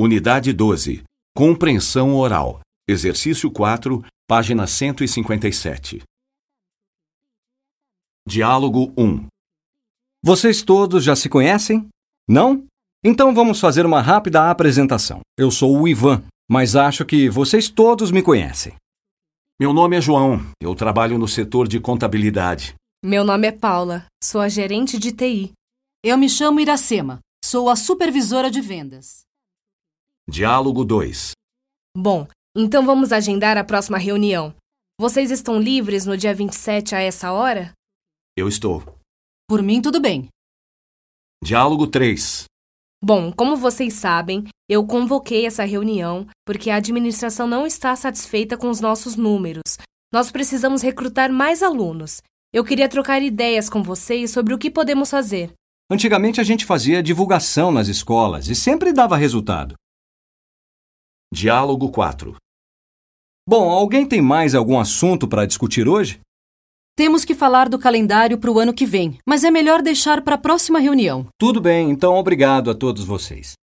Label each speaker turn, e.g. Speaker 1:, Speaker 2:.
Speaker 1: Unidade 12. Compreensão oral. Exercício 4, página 157. Diálogo 1.
Speaker 2: Vocês todos já se conhecem? Não? Então vamos fazer uma rápida apresentação. Eu sou o Ivan, mas acho que vocês todos me conhecem.
Speaker 1: Meu nome é João. Eu trabalho no setor de contabilidade.
Speaker 3: Meu nome é Paula, sou a gerente de TI.
Speaker 4: Eu me chamo Iracema, sou a supervisora de vendas.
Speaker 1: Diálogo 2.
Speaker 3: Bom, então vamos agendar a próxima reunião. Vocês estão livres no dia 27 a essa hora?
Speaker 1: Eu estou.
Speaker 4: Por mim, tudo bem.
Speaker 1: Diálogo 3.
Speaker 3: Bom, como vocês sabem, eu convoquei essa reunião porque a administração não está satisfeita com os nossos números. Nós precisamos recrutar mais alunos. Eu queria trocar ideias com vocês sobre o que podemos fazer.
Speaker 2: Antigamente a gente fazia divulgação nas escolas e sempre dava resultado.
Speaker 1: Diálogo 4.
Speaker 2: Bom, alguém tem mais algum assunto para discutir hoje?
Speaker 4: Temos que falar do calendário para o ano que vem, mas é melhor deixar para a próxima reunião.
Speaker 2: Tudo bem, então obrigado a todos vocês.